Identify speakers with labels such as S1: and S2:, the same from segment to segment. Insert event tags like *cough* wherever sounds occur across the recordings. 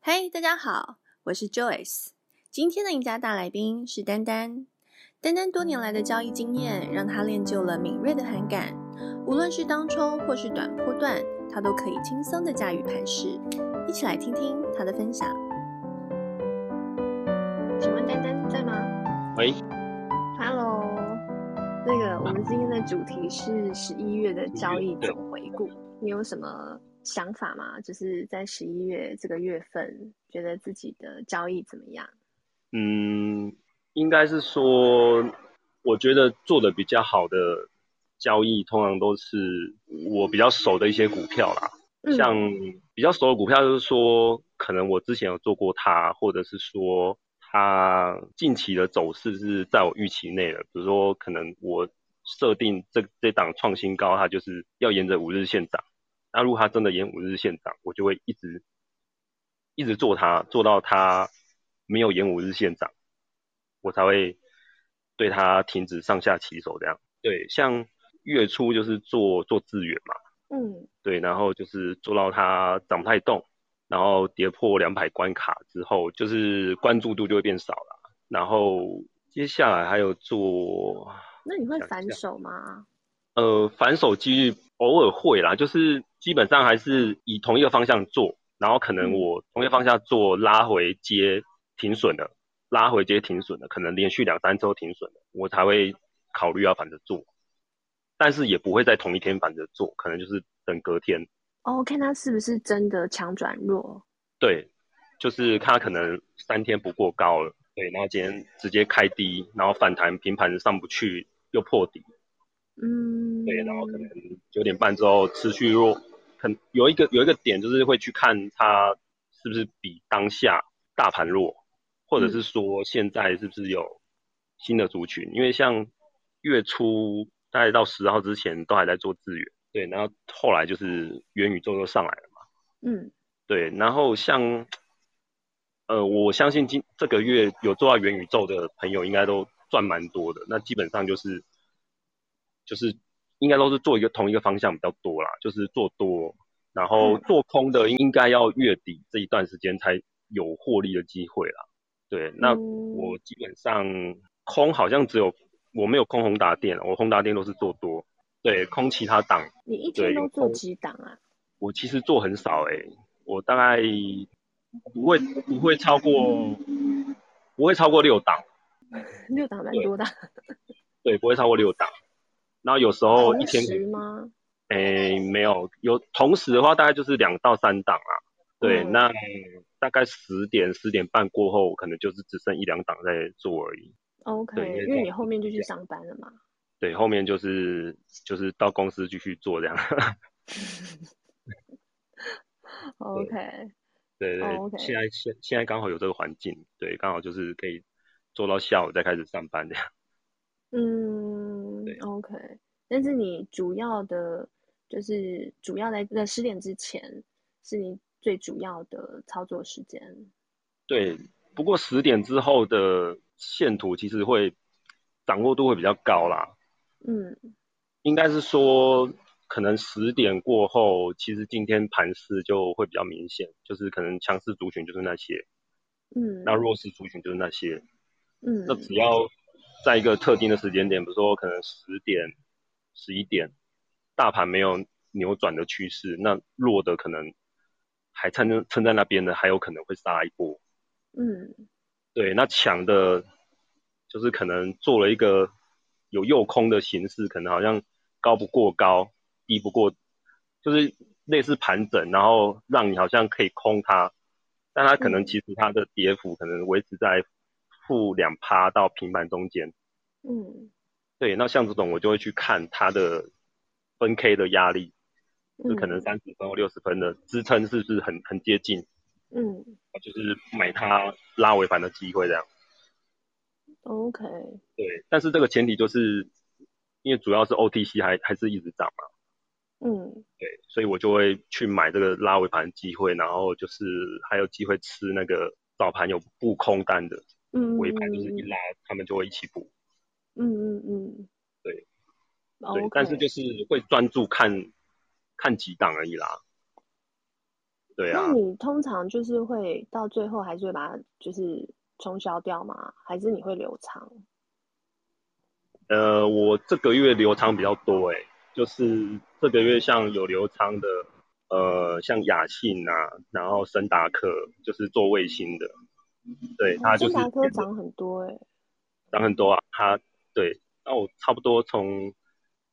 S1: 嗨，大家好，我是 Joyce。今天的赢家大来宾是丹丹。丹丹多年来的交易经验，让他练就了敏锐的盘感，无论是当冲或是短波段，他都可以轻松的驾驭盘势。一起来听听他的分享。请问丹丹在吗
S2: 喂，
S1: ？Hello，那个我们今天的主题是十一月的交易总回顾，你有什么想法吗？就是在十一月这个月份，觉得自己的交易怎么样？
S2: 嗯，应该是说，我觉得做的比较好的交易，通常都是我比较熟的一些股票啦。
S1: 嗯
S2: 像比较熟的股票，就是说，可能我之前有做过它，或者是说它近期的走势是在我预期内的。比如说，可能我设定这这档创新高，它就是要沿着五日线涨。那如果它真的沿五日线涨，我就会一直一直做它，做到它没有沿五日线涨，我才会对它停止上下起手这样。对，像月初就是做做资源嘛，
S1: 嗯
S2: 对，然后就是做到它涨不太动，然后跌破两百关卡之后，就是关注度就会变少了。然后接下来还有做，
S1: 那你会
S2: 想一
S1: 反
S2: 下
S1: 手吗？
S2: 呃，反手机遇偶尔会啦，就是基本上还是以同一个方向做，然后可能
S1: 嗯
S2: 我同一个方向做拉回接停损的，拉回接停损的，可能连续两三周停损的，我才会考虑要反着做，但是也不会在同一天反着做，可能就是等隔天。
S1: 哦，看他是不是真的强转弱。
S2: 对，就是它可能三天不过高了，对，然后今天直接开低，然后反弹平盘上不去，又破底，
S1: 嗯，
S2: 对，啊然后可能九点半之后持续弱，很有一个有一个点就是会去看它是不是比当下大盘弱，或者是说现在是不是有新的族群，因为像月初大概到十号之前都还在做资源，对，然后后来就是元宇宙又上来了。
S1: 嗯
S2: 对，然后像，呃，我相信今这个月有做到元宇宙的朋友，应该都赚蛮多的。那基本上就是，就是应该都是做一个同一个方向比较多啦，就是做多，然后
S1: 嗯
S2: 做空的应该要月底这一段时间才有获利的机会啦。对，那
S1: 嗯
S2: 我基本上空好像只有我没有空宏达电，我宏达电都是做多，对，空其他档
S1: 你一天
S2: 对
S1: 都
S2: 有
S1: 做
S2: 空
S1: 几档啊？
S2: 我其实做很少诶、我大概不会不会超过不会超过六档，
S1: 六档蛮
S2: 对
S1: 多的，啊
S2: 对，不会超过六档。然后有时
S1: *laughs*
S2: 候哦一
S1: 同
S2: 天可
S1: 时
S2: 能
S1: 吗？
S2: 诶、没有有同时的话，大概就是两到三档啊。对，
S1: 嗯
S2: 那大概十点十点半过后，可能就是只剩一两档在做而已。
S1: OK，
S2: 对因为
S1: 因为
S2: 这
S1: 你
S2: 样
S1: 后面就去
S2: 这
S1: 上班了嘛。
S2: 对，后面就是就是到公司继续做这样。 *laughs*
S1: OK，
S2: 对对，
S1: 哦，OK
S2: 现在现现在刚好有这个环境，对，刚好就是可以做到下午再开始上班这样。
S1: 嗯
S2: 对
S1: ，OK，但是你主要的，就是主要在在十点之前是你最主要的操作时间。
S2: 对，不过十点之后的线图其实会掌握度会比较高啦，
S1: 嗯
S2: 应该是说可能十点过后，其实今天盘势就会比较明显，就是可能强势族群就是那些，
S1: 嗯
S2: 那弱势族群就是那些，
S1: 嗯
S2: 那只要在一个特定的时间点，比如说可能十点、十一点，大盘没有扭转的趋势，那弱的可能还撑在撑在那边的，还有可能会杀一波。
S1: 嗯
S2: 对，那强的，就是可能做了一个有诱空的形式，可能好像高不过高，低不过，就是类似盘整，然后让你好像可以空它，但它可能
S1: 嗯
S2: 其实它的跌幅可能维持在负两趴到平盘中间。
S1: 嗯
S2: 对，那像这种我就会去看它的分 K 的压力，就可能
S1: 嗯
S2: 三十分或六十分的支撑是不是很很接近，
S1: 嗯
S2: 就是买它拉尾盘的机会这样。
S1: ，OK，
S2: 对，但是这个前提就是，因为主要是 OTC 还还是一直涨嘛，
S1: 嗯
S2: 对，所以我就会去买这个拉尾盘机会，然后就是还有机会吃那个早盘有布空单的，
S1: 嗯
S2: 尾盘就是
S1: 嗯
S2: 一拉，他们就会一起补，
S1: 嗯嗯嗯，
S2: 对对，
S1: ，OK，
S2: 但是就是会专注看看几档而已啦，对啊
S1: 那，你通常就是会到最后还是会把它就是冲销掉吗？还是你会留仓？
S2: 呃，我这个月留仓比较多诶、就是这个月像有留仓的，呃，像雅信啊，然后森达克就是做卫星的，对，它就是
S1: 达科涨很多哎、
S2: 涨很多啊，它对，那我差不多从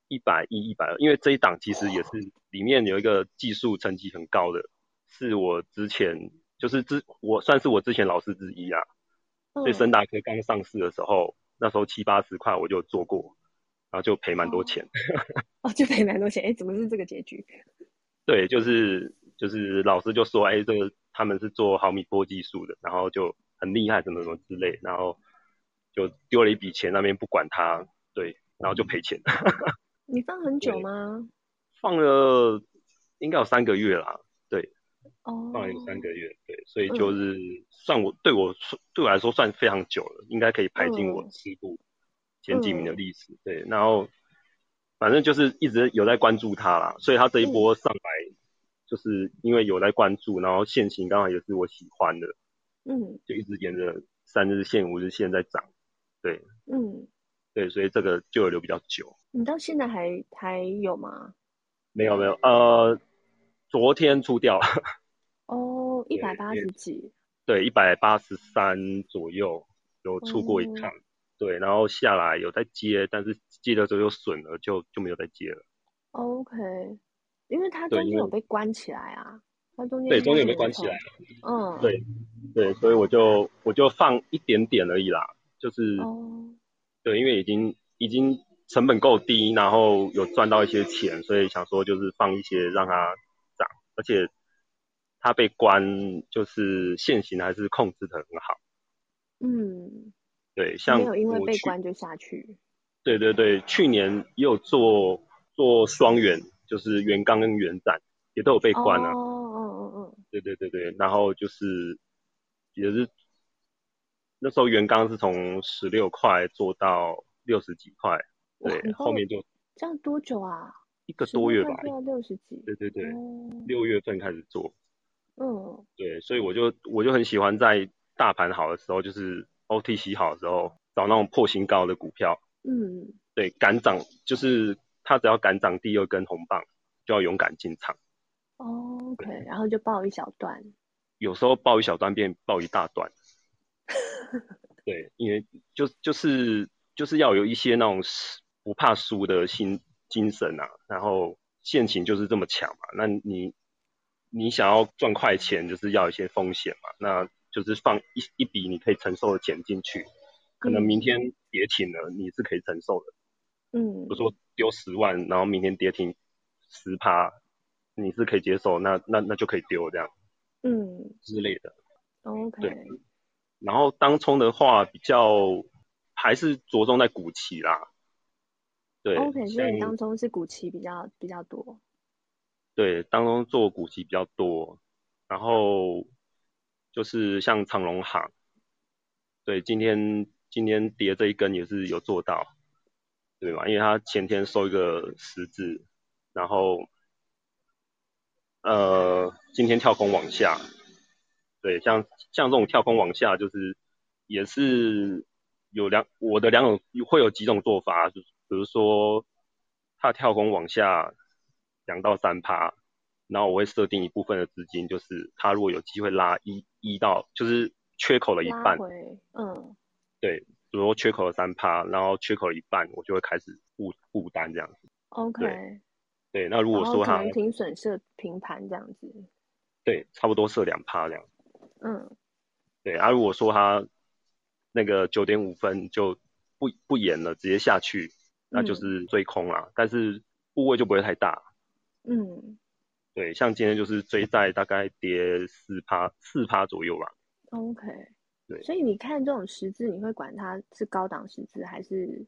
S2: 一百一、一百二，因为这一档其实也是里面有一个技术层级很高的，是我之前就是之我算是我之前老师之一啊，所以森
S1: 嗯，
S2: 达科刚上市的时候，那时候七八十块我就做过，然后就赔蛮多钱。
S1: *laughs* 哦，就赔蛮多钱，哎、怎么是这个结局？
S2: 对，就是就是老师就说，哎，这个他们是做毫米波技术的，然后就很厉害，什么什么之类，然后就丢了一笔钱那边不管它，对，然后就赔钱， *laughs*
S1: 你放很久
S2: 对
S1: 吗？
S2: 放了应该有三个月啦，
S1: 哦，
S2: 放了有三个月，对，所以就是算我对我对我来说算非常久了，应该可以排进我
S1: 嗯
S2: 持股前几名的历史，对，然后反正就是一直有在关注它啦，所以它这一波上来，就是因为有在关注，然后现行刚好也是我喜欢的，
S1: 嗯
S2: 就一直沿着三日线、五日线在涨，对
S1: 嗯，
S2: 对，所以这个就有留比较久，
S1: 你到现在还还有吗？
S2: 没有没有，呃，昨天出掉了，
S1: 哦，一
S2: 对
S1: 百八
S2: 因
S1: 十
S2: 为
S1: 几，
S2: 对，一百八十三左右有出过一
S1: 哦
S2: 趟，对，然后下来有在接，但是接的时候又损了，就就没有再接了。
S1: OK，因为它
S2: 对
S1: 中
S2: 因
S1: 间
S2: 为
S1: 有被关起来啊，它中间
S2: 对，
S1: 应
S2: 中
S1: 该
S2: 间有
S1: 是
S2: 被关起
S1: 从
S2: 来，
S1: 嗯，
S2: 对对，所以我就我就放一点点而已啦，就是
S1: 哦，
S2: 对，因为已经已经成本够低，然后有赚到一些钱，所以想说就是放一些让它涨，而且它被关就是现行还是控制的很好。
S1: 嗯，
S2: 对，像
S1: 没有因为
S2: 我
S1: 被
S2: 去
S1: 关就下去，
S2: 对对对，去年也有做做双元，就是元刚跟元展也都有被
S1: 哦，
S2: 关啊。
S1: 嗯嗯嗯，
S2: 对对对对，然后就是也是那时候元刚是从十六块做到六十几块，
S1: 哇
S2: 对
S1: 你，
S2: 后
S1: 帮我
S2: 面就
S1: 这样多久啊？
S2: 一个
S1: 十
S2: 多
S1: 六
S2: 月
S1: 块
S2: 吧。
S1: 做到六十几，
S2: 对对对，
S1: 哦，
S2: 六月份开始做，
S1: 嗯，
S2: 对，所以我就我就很喜欢在大盘好的时候，就是 OTC 好的时候，找那种破新高的股票。
S1: 嗯，
S2: 对，敢涨就是他只要敢涨第二根红棒，就要勇敢进场。
S1: 哦，OK，然后就报一小段，
S2: 有时候报一小段变报一大段，对，因为就就是就是要有一些那种不怕输的心精神啊。然后现情就是这么强嘛，那你你想要赚快钱，就是要有一些风险嘛，那就是放一一笔你可以承受的钱进去，可能
S1: 嗯
S2: 明天跌停了，你是可以承受的。
S1: 嗯
S2: 我，说丢十万，然后明天跌停十趴，你是可以接受，那那那就可以丢这样
S1: 嗯
S2: 之类的。
S1: ，OK，
S2: 对然后当冲的话，比较还是着重在股期啦。对
S1: OK，所以你
S2: 像
S1: 当中是股期比较比较多，
S2: 对当中做股期比较多，然后就是像长隆行，对，今天今天跌这一根也是有做到，对吧？因为它前天收一个十字，然后呃，今天跳空往下，对，像像这种跳空往下，就是也是有两我的两种会有几种做法，啊就是比如说它跳空往下两到三趴，然后我会设定一部分的资金，就是它如果有机会拉一一到就是缺口的一
S1: 拉
S2: 半，
S1: 回，嗯，
S2: 比如说缺口了三趴，然后缺口了一半，我就会开始布布单这样子。
S1: OK，然
S2: 对，那如果
S1: 后
S2: 说
S1: 可
S2: 它
S1: 能停损设平盘这样子，
S2: 对差不多设两趴这样。
S1: 嗯
S2: 对啊，如果说它那个九点五分就不不演了，直接下去，那就
S1: 嗯
S2: 是追空啦。但是部位就不会太大。
S1: 嗯
S2: 对，像今天就是追在大概跌四趴四趴左右吧。
S1: ，OK，
S2: 对
S1: 所以你看这种十字，你会管它是高档十字还是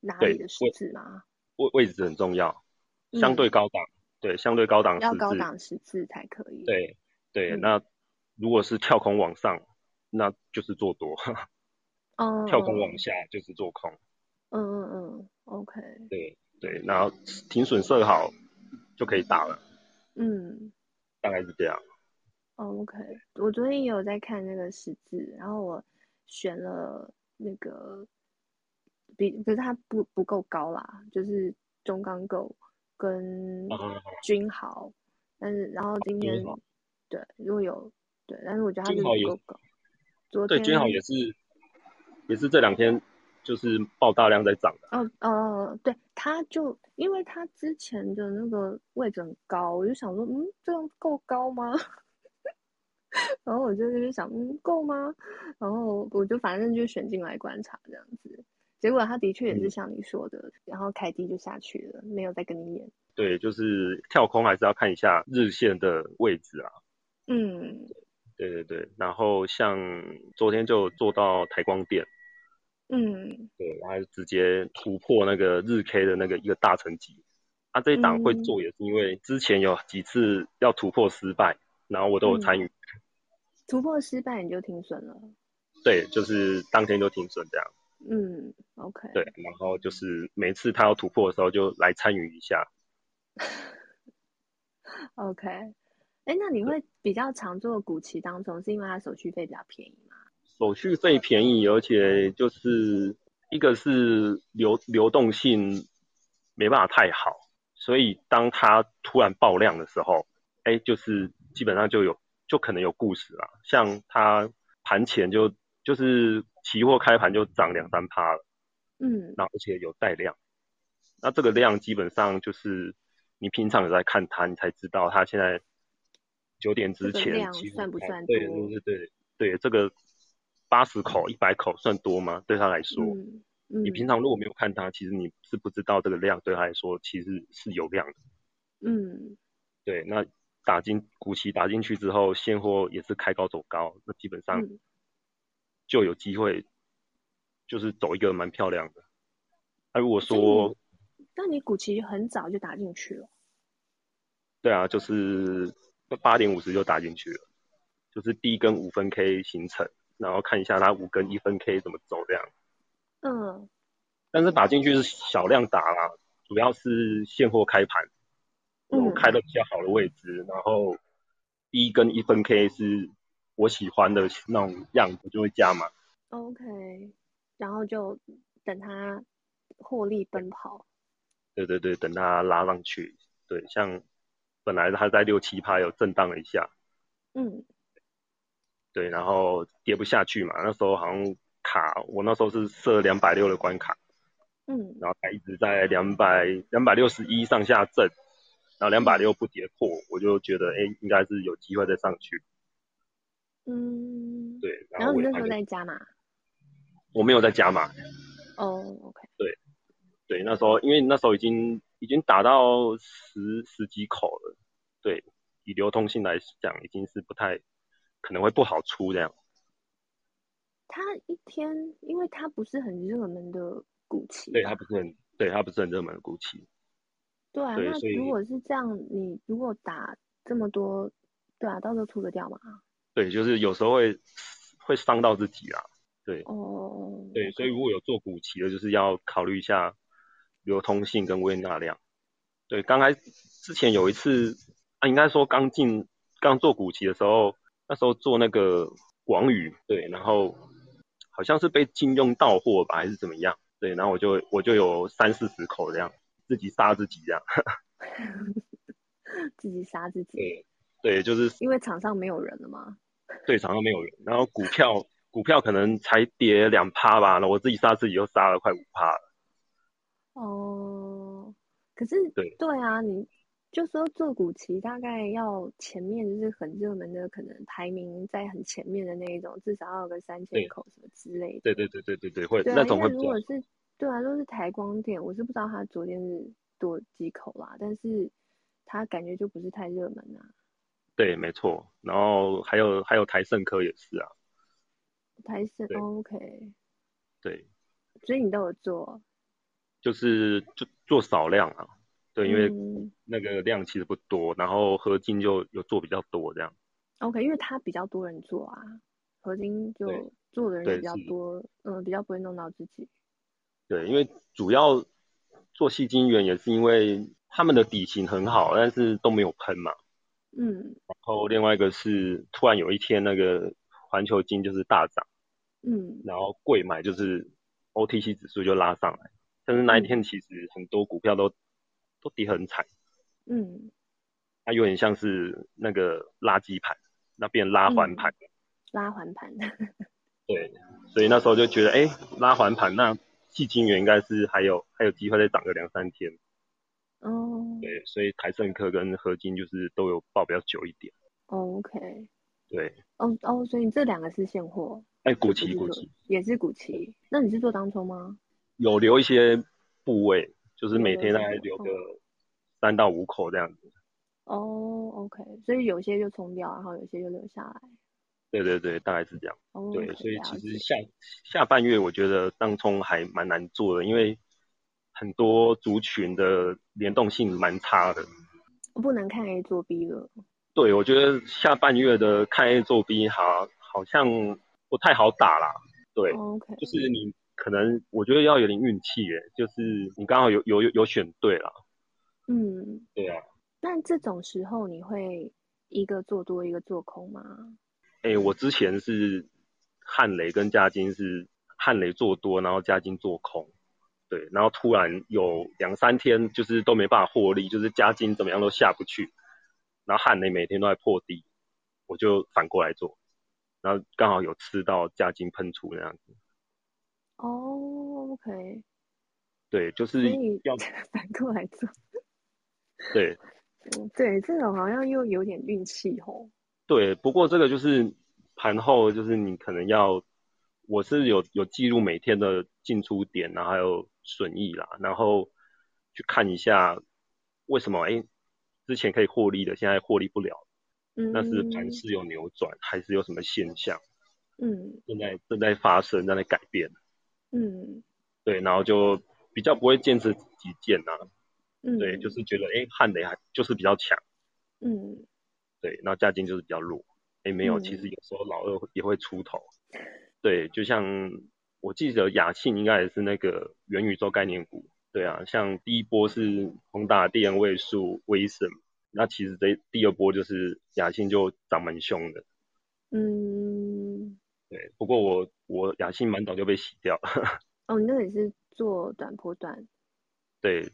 S1: 哪
S2: 对
S1: 里的十
S2: 我
S1: 字吗？
S2: 位位置很重要，相对
S1: 嗯
S2: 高档，对，相对高档
S1: 要
S2: 十
S1: 高
S2: 字
S1: 档十字才可以，
S2: 对对，
S1: 嗯
S2: 那如果是跳空往上，那就是做多；
S1: 嗯，
S2: 跳空往
S1: 嗯
S2: 下就是做空。
S1: 嗯嗯嗯，OK，
S2: 对对，然后停损设好就可以打了，
S1: 嗯。
S2: 大概是这样。
S1: 哦，OK，我昨天也有在看那个十字，然后我选了那个比，可是它不不够高啦，就是中钢构跟
S2: 啊，
S1: 君豪，但是然后今
S2: 君
S1: 天
S2: 豪
S1: 对如果有对，但是我觉得它
S2: 君
S1: 就是
S2: 豪也
S1: 不够高。昨
S2: 对，
S1: 天啊
S2: 君豪也是，也是这两天就是爆大量在涨的，
S1: 哦呃，对，他就因为他之前的那个位置很高，我就想说，嗯，这样够高吗？ *laughs* 然后我就在那边想，嗯，够吗？然后我就反正就选进来观察这样子，结果他的确也是
S2: 嗯
S1: 像你说的，然后凯蒂就下去了，没有再跟你演。
S2: 对，就是跳空还是要看一下日线的位置啊，
S1: 嗯
S2: 对对对，然后像昨天就做到台光电，
S1: 嗯
S2: 对，然后直接突破那个日 K 的那个一个大成绩。啊，这一档会做
S1: 嗯
S2: 也是因为之前有几次要突破失败，然后我都有参与，
S1: 突破失败你就停损了。
S2: 对，就是当天就停损这样，
S1: 嗯，OK，
S2: 对，然后就是每次它要突破的时候就来参与一下，
S1: OK，哎，那你会比较常做股期当中，是因为它手续费比较便宜吗？
S2: 手续费便宜，而且就是一个是流流动性没办法太好，所以当它突然爆量的时候，哎，就是基本上就有就可能有故事啦。像它盘前就就是期货开盘就涨两三趴了，
S1: 嗯
S2: 然后而且有带量，那这个量基本上就是你平常有在看它，你才知道它现在九点之
S1: 这个
S2: 前
S1: 量
S2: 期货
S1: 算不
S2: 开
S1: 算
S2: 对
S1: 多
S2: 对对对对，这个八十口一百口算多吗？对他来说，
S1: 嗯嗯
S2: 你平常如果没有看它，其实你是不知道这个量对他来说其实是有量的。
S1: 嗯
S2: 对，那打进股息打进去之后，现货也是开高走高，那基本上
S1: 嗯
S2: 就有机会，就是走一个蛮漂亮的。那、如果
S1: 所以你
S2: 说
S1: 那你股期很早就打进去了，
S2: 对啊，就是八点五十就打进去了，就是第一根五分 K 形成，然后看一下它五根一分 K 怎么走这样。
S1: 嗯
S2: 但是打进去是小量打啦，主要是现货开盘，有
S1: 嗯
S2: 开的比较好的位置，然后第一根一分 K 是我喜欢的那种样子，就会加嘛。
S1: 嗯，OK，然后就等它获利奔跑，
S2: 对对对，等它拉上去。对，像本来它在六七趴有震荡了一下，
S1: 嗯
S2: 对，然后跌不下去嘛，那时候好像卡，我那时候是设两百六的关卡。
S1: 嗯
S2: 然后它一直在两百两百六十一上下震，然后两百六不跌破，我就觉得哎、诶应该是有机会再上去。
S1: 嗯，
S2: 对，然
S1: 然
S2: 后
S1: 后
S2: 我
S1: 你
S2: 也
S1: 那
S2: 发
S1: 时候
S2: 现
S1: 在加码，
S2: 我没有再加码。
S1: 哦，OK，
S2: 对，那时候因为那时候已经已经打到十十几口了，对，以流通性来讲，已经是不太可能会不好出这样。
S1: 它一天，因为它不是很热门的股期
S2: 对，
S1: 吧
S2: 它不是很对，它不是很热门的股期。
S1: 对啊，
S2: 对
S1: 那
S2: 所以
S1: 如果是这样，你如果打这么多，对啊，到时候出得掉嘛？
S2: 对，就是有时候会会伤到自己啊。对，
S1: 哦，
S2: 对，所以
S1: OK
S2: 如果有做股期的，就是要考虑一下流通性跟微纳量。对，刚开之前有一次啊，应该说刚进刚做股期的时候，那时候做那个广宇，对，然后好像是被禁用到货吧，还是怎么样？对，然后我就我就有三四十口这样，自己杀自己这样。
S1: 自己杀自己，
S2: 对，对，就是
S1: 因为场上没有人了嘛。
S2: 对场上没有人，然后股票股票可能才跌两趴吧，然后我自己杀自己又杀了快五趴了。
S1: 哦，可是
S2: 对
S1: 啊，你就说做股期大概要前面就是很热门的，可能排名在很前面的那一种，至少要有个三千
S2: 对
S1: 口什么之类的。
S2: 对对对对对对，会
S1: 对啊，
S2: 那
S1: 因
S2: 种
S1: 为
S2: 会比
S1: 如
S2: 较
S1: 果是对啊，都是台光电，我是不知道他昨天是多几口啦，但是他感觉就不是太热门啊。
S2: 对，没错。然后还有还有台盛科也是啊，
S1: 台盛
S2: 对
S1: OK，
S2: 对，
S1: 所以你都有做，
S2: 就是就做少量啊，对，因为
S1: 嗯
S2: 那个量其实不多，然后合金就有做比较多这样，
S1: ，OK，因为它比较多人做啊，合金就
S2: 对
S1: 做的人也
S2: 对
S1: 比较
S2: 是
S1: 多，嗯，比较不会弄到自己，
S2: 对，因为主要做细晶圆也是因为他们的底型很好，但是都没有喷嘛，
S1: 嗯
S2: 然后另外一个是突然有一天那个环球金就是大涨，
S1: 嗯
S2: 然后贵买就是 OTC 指数就拉上来，但是那一天其实很多股票都都跌很惨，
S1: 嗯，
S2: 它有点像是那个垃圾盘，那变拉
S1: 嗯
S2: 环盘，
S1: 拉环盘， *laughs*
S2: 对，所以那时候就觉得，哎，拉环盘那细金元应该是还有还有机会再涨个两三天，
S1: 哦
S2: 对，所以台盛科跟合金就是都有报比较久一点，
S1: 哦，OK，
S2: 对，
S1: 哦哦，所以这两个是现货，
S2: 哎，股
S1: 就
S2: 期
S1: 不
S2: 股
S1: 是
S2: 期
S1: 做也是股期，那你是做当冲吗？
S2: 有留一些部位，就是每天大概
S1: 有留
S2: 留
S1: 一些
S2: 个三到五口这样子。
S1: 哦，OK，所以有些就冲掉，然后有些就留下来。
S2: 对对对，大概是这样。
S1: 哦
S2: 对，
S1: ，OK，
S2: 所以
S1: 嗯了
S2: 其
S1: 解
S2: 实下下半月我觉得当冲还蛮难做的，因为很多族群的联动性蛮差的。
S1: 我不能看 A 做 B 了。
S2: 对，我觉得下半月的看 A 做 B 好好像不太好打啦。对，
S1: 哦 OK，
S2: 就是你可能我觉得要有点运气耶，就是你刚好有有有有选对啦。
S1: 嗯，
S2: 对啊，
S1: 但这种时候你会一个做多一个做空吗？
S2: 哎、我之前是汉雷跟嘉金是汉雷做多，然后嘉金做空，对，然后突然有两三天就是都没办法获利，就是嘉金怎么样都下不去，然后汉雷每天都在破底，我就反过来做，然后刚好有吃到嘉金喷出那样子，
S1: 哦，OK，
S2: 对，就
S1: 所
S2: 是
S1: 以
S2: 要
S1: *laughs* 反过来做，
S2: 对
S1: 嗯对，这种好像又有点运气吼。
S2: 对，不过这个就是盘后就是你可能要，我是有有记录每天的进出点，然后还有损益啦，然后去看一下为什么哎之前可以获利的，现在获利不了，
S1: 嗯，
S2: 那是盘势有扭转，还是有什么现象
S1: 嗯
S2: 正在正在发生，正在改变？
S1: 嗯
S2: 对，然后就比较不会坚持己见呐、
S1: 嗯，
S2: 对，就是觉得哎汉雷还就是比较强，
S1: 嗯，
S2: 对，那嘉金就是比较弱。哎，没有，其
S1: 嗯
S2: 实有时候老二也会出头。对，就像我记得雅信应该也是那个元宇宙概念股。对啊，像第一波是宏达电位数威盛，那其实这第二波就是雅信就涨蛮凶的。
S1: 嗯，
S2: 对，不过我我雅信蛮早就被洗掉了。
S1: 哦，你那个也是做短波段，
S2: 对，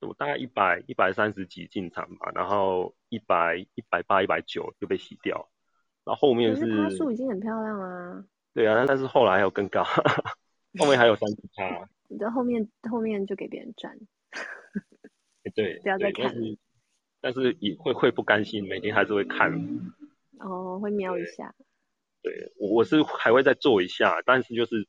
S2: 我大概一百一百三十几进场吧，然后一百一百八一百九就被洗掉。那后面
S1: 可
S2: 是
S1: 是趴数已经很漂亮啦。
S2: 对啊，但是后来还有更高， *laughs* 后面还有三十趴。哎
S1: 你在后面后面就给别人赚，
S2: 欸对，
S1: *laughs* 不要再
S2: 对但
S1: 看
S2: 是但是也会会不甘心，每天还是会看。
S1: 哦，会瞄一下。
S2: 对我我是还会再做一下，但是就是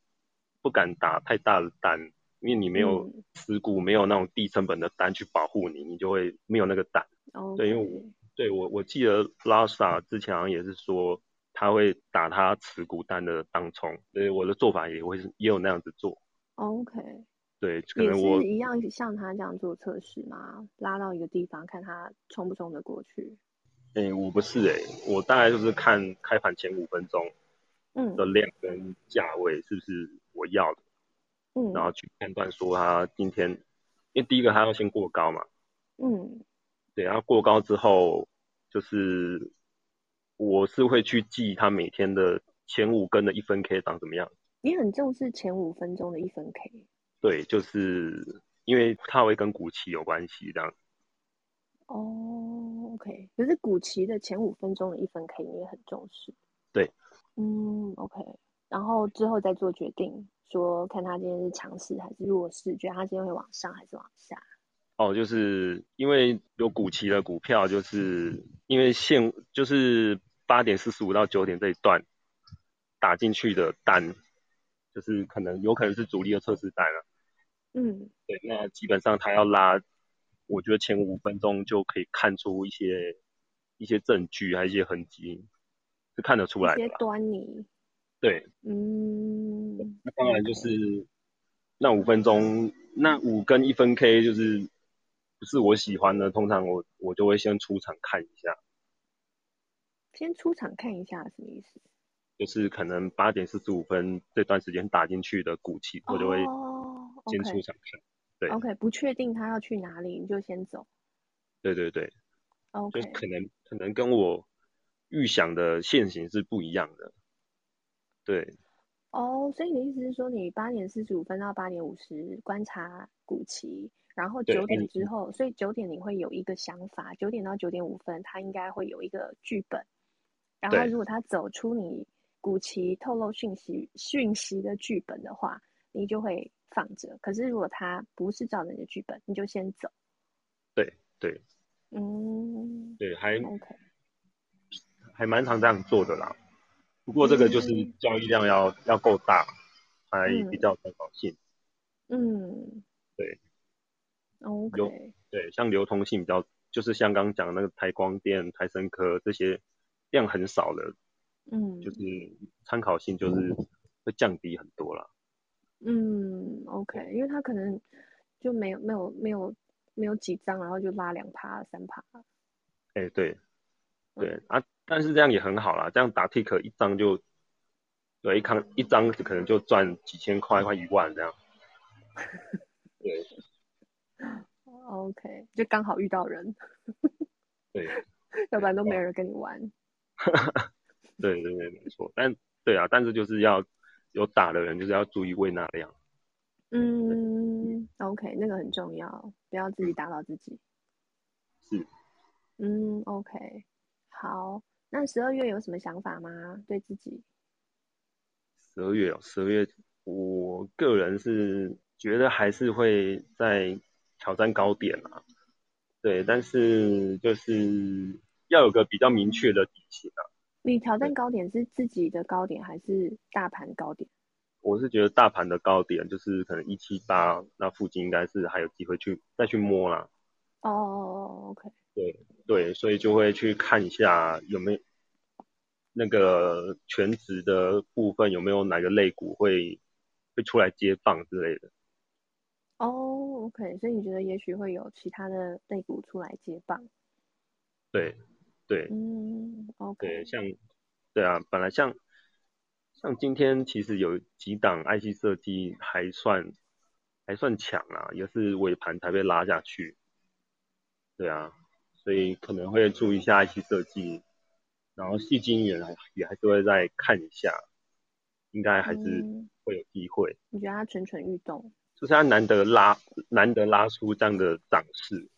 S2: 不敢打太大的单，因为你没有
S1: 嗯
S2: 持股，没有那种低成本的单去保护你，你就会没有那个胆。
S1: 哦，
S2: 对因为我对我我记得拉萨之前好像也是说他会打他持股单的当冲，所以我的做法也会是也有那样子做。
S1: OK，
S2: 对，可
S1: 也
S2: 能我
S1: 是一样像他这样做测试嘛，拉到一个地方看他冲不冲得过去。
S2: 哎、我不是哎、我大概就是看开盘前五分钟
S1: 嗯
S2: 的量跟价位是不是我要的。
S1: 嗯
S2: 然后去判断说它今天，因为第一个它要先过高嘛，
S1: 嗯
S2: 对，然后过高之后，就是我是会去记它每天的前五根的一分 K 长怎么样，
S1: 你很重视前五分钟的一分 K
S2: 对，就是因为它会跟股期有关系，这样，
S1: 哦，OK，可是古奇的前五分钟的一分 K 你也很重视。
S2: 对，
S1: 嗯，OK，然后之后再做决定，说看他今天是强势还是弱势，觉得他今天会往上还是往下。
S2: 哦，就是因为有股期的股票，就是因为现就是八点四十五到九点这一段打进去的单，就是可能有可能是主力的测试单啊。
S1: 嗯
S2: 对，那基本上他要拉，我觉得前五分钟就可以看出一些一些证据，还有一些痕迹，是看得出
S1: 一
S2: 来的
S1: 些
S2: 啦。
S1: 端倪。
S2: 对，
S1: 嗯，
S2: 那当然就是那五分钟，那五跟一分 K 就是不是我喜欢的，通常我我就会先出场看一下，
S1: 先出场看一下什么意思？
S2: 就是可能八点四十五分这段时间打进去的股期，我就会
S1: 哦
S2: 先出
S1: ，OK
S2: 场看。对
S1: OK，不确定他要去哪里，你就先走。
S2: 对对对，就
S1: OK，
S2: 可能可能跟我预想的现行是不一样的。对，
S1: 哦，所以你的意思是说，你八点四十五分到八点五十观察股期，然后
S2: 对嗯
S1: 九点
S2: 8:45
S1: 之后，所以九点你会有一个想法，九点到九点五分，他应该会有一个剧本，然后
S2: 对
S1: 如果他走出你股期透露讯息讯息的剧本的话，你就会放着。可是如果他不是照着你的剧本，你就先走。
S2: 对对
S1: 嗯
S2: 对，还
S1: ，OK，
S2: 还蛮常这样做的啦。不过这个就是
S1: 嗯
S2: 交易量要要够大，才
S1: 嗯
S2: 比较有参考性。
S1: 嗯，
S2: 对
S1: ，OK，
S2: 对，像流通性比较，就是像刚刚讲的那个台光电、台生科这些量很少的，
S1: 嗯，
S2: 就是参考性就是会降低很多啦。
S1: 嗯，OK，因为他可能就没有没有没有没有几张，然后就拉两趴三趴，
S2: 哎、对对
S1: 嗯
S2: 啊，但是这样也很好啦，这样打 tick 一张就对一康一张可能就赚几千块，快一万这样。对
S1: 哦，OK，就刚好遇到人， *laughs*
S2: 对。
S1: 要不然都
S2: 对
S1: 没人跟你玩。
S2: 对对对，没错。但对啊，但是就是要有打的人，就是要注意喂纳量。
S1: 嗯，OK，那个很重要，不要自己打扰自己。
S2: 是，
S1: 嗯，OK，好，那十二月有什么想法吗？对自己？
S2: 十二月哦，十二月，我个人是觉得还是会在挑战高点啊。对，但是就是要有个比较明确的底线啊。
S1: 你挑战
S2: 对
S1: 高点是自己的高点还是大盘高点？
S2: 我是觉得大盘的高点就是可能一七八那附近，应该是还有机会去再去摸啦。
S1: 哦哦，OK，
S2: 对，所以就会去看一下有没有那个全职的部分有没有哪个类股会会出来接棒之类的。
S1: 哦，OK，所以你觉得也许会有其他的类股出来接棒？
S2: 对，对，
S1: 嗯
S2: 对，
S1: ，OK，
S2: 像，对啊，本来像像今天其实有几档 IC 设计还算还算强啊，也是尾盘才被拉下去。对啊，所以可能会注意一下 IC 设计，然后细晶圆还也还是会再看一下，应该还是
S1: 嗯
S2: 会有机会。
S1: 你觉得它蠢蠢欲动？
S2: 就是他难得拉难得拉出这样的涨势，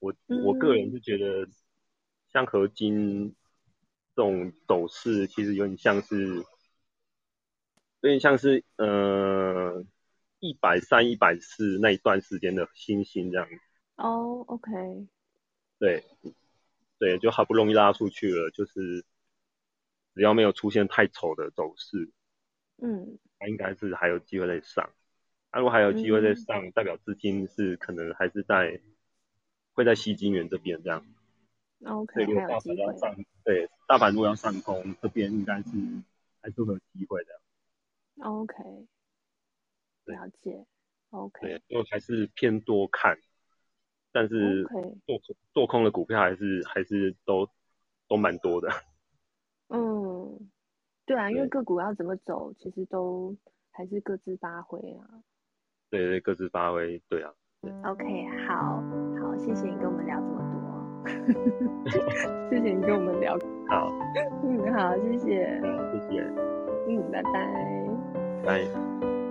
S2: 我
S1: 嗯
S2: 我个人是觉得，像合金这种走势，其实有点像是，有点像是呃一百三、一百四那一段时间的星星这样，嗯
S1: 哦，OK，
S2: 对，对，就好不容易拉出去了，就是只要没有出现太丑的走势，
S1: 嗯
S2: 它应该是还有机会再上。啊、如果还有机会再
S1: 嗯
S2: 上，代表资金是可能还是在会在吸金源这边这样。所以
S1: 哦，OK，
S2: 如果
S1: 还有
S2: 大
S1: 机
S2: 盘要
S1: 会。
S2: 上，对，大盘如果要上攻，这边应该是
S1: 嗯
S2: 还是会有机会的。
S1: 哦 OK，
S2: 对
S1: 了解。哦
S2: 对
S1: OK，OK，，
S2: 就还是偏多看，但是做空做空的股票还是还是都都蛮多的。 *laughs*
S1: 嗯，对啊，因为
S2: 对
S1: 个股要怎么走，其实都还是各自发挥啊。
S2: 对对，各自发挥。对啊，
S1: OK，好，好，谢谢你跟我们聊这么多， *laughs* 谢谢你跟我们聊。
S2: 好，
S1: 嗯，好，谢谢。
S2: 嗯谢谢，
S1: 嗯，拜拜。
S2: 拜。